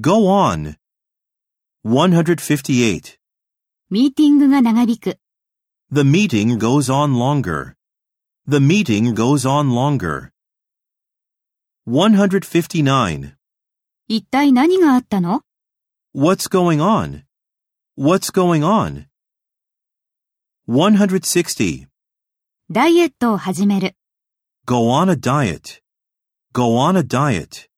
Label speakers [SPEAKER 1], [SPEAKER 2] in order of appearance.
[SPEAKER 1] Go on. 158.
[SPEAKER 2] ミーティングが長引く。
[SPEAKER 1] The meeting goes on longer. The meeting goes on longer. 159.
[SPEAKER 2] 一体何があったの
[SPEAKER 1] What's going on? What's going on? 160.
[SPEAKER 2] ダイエットを始める。
[SPEAKER 1] Go on a diet. Go on a diet.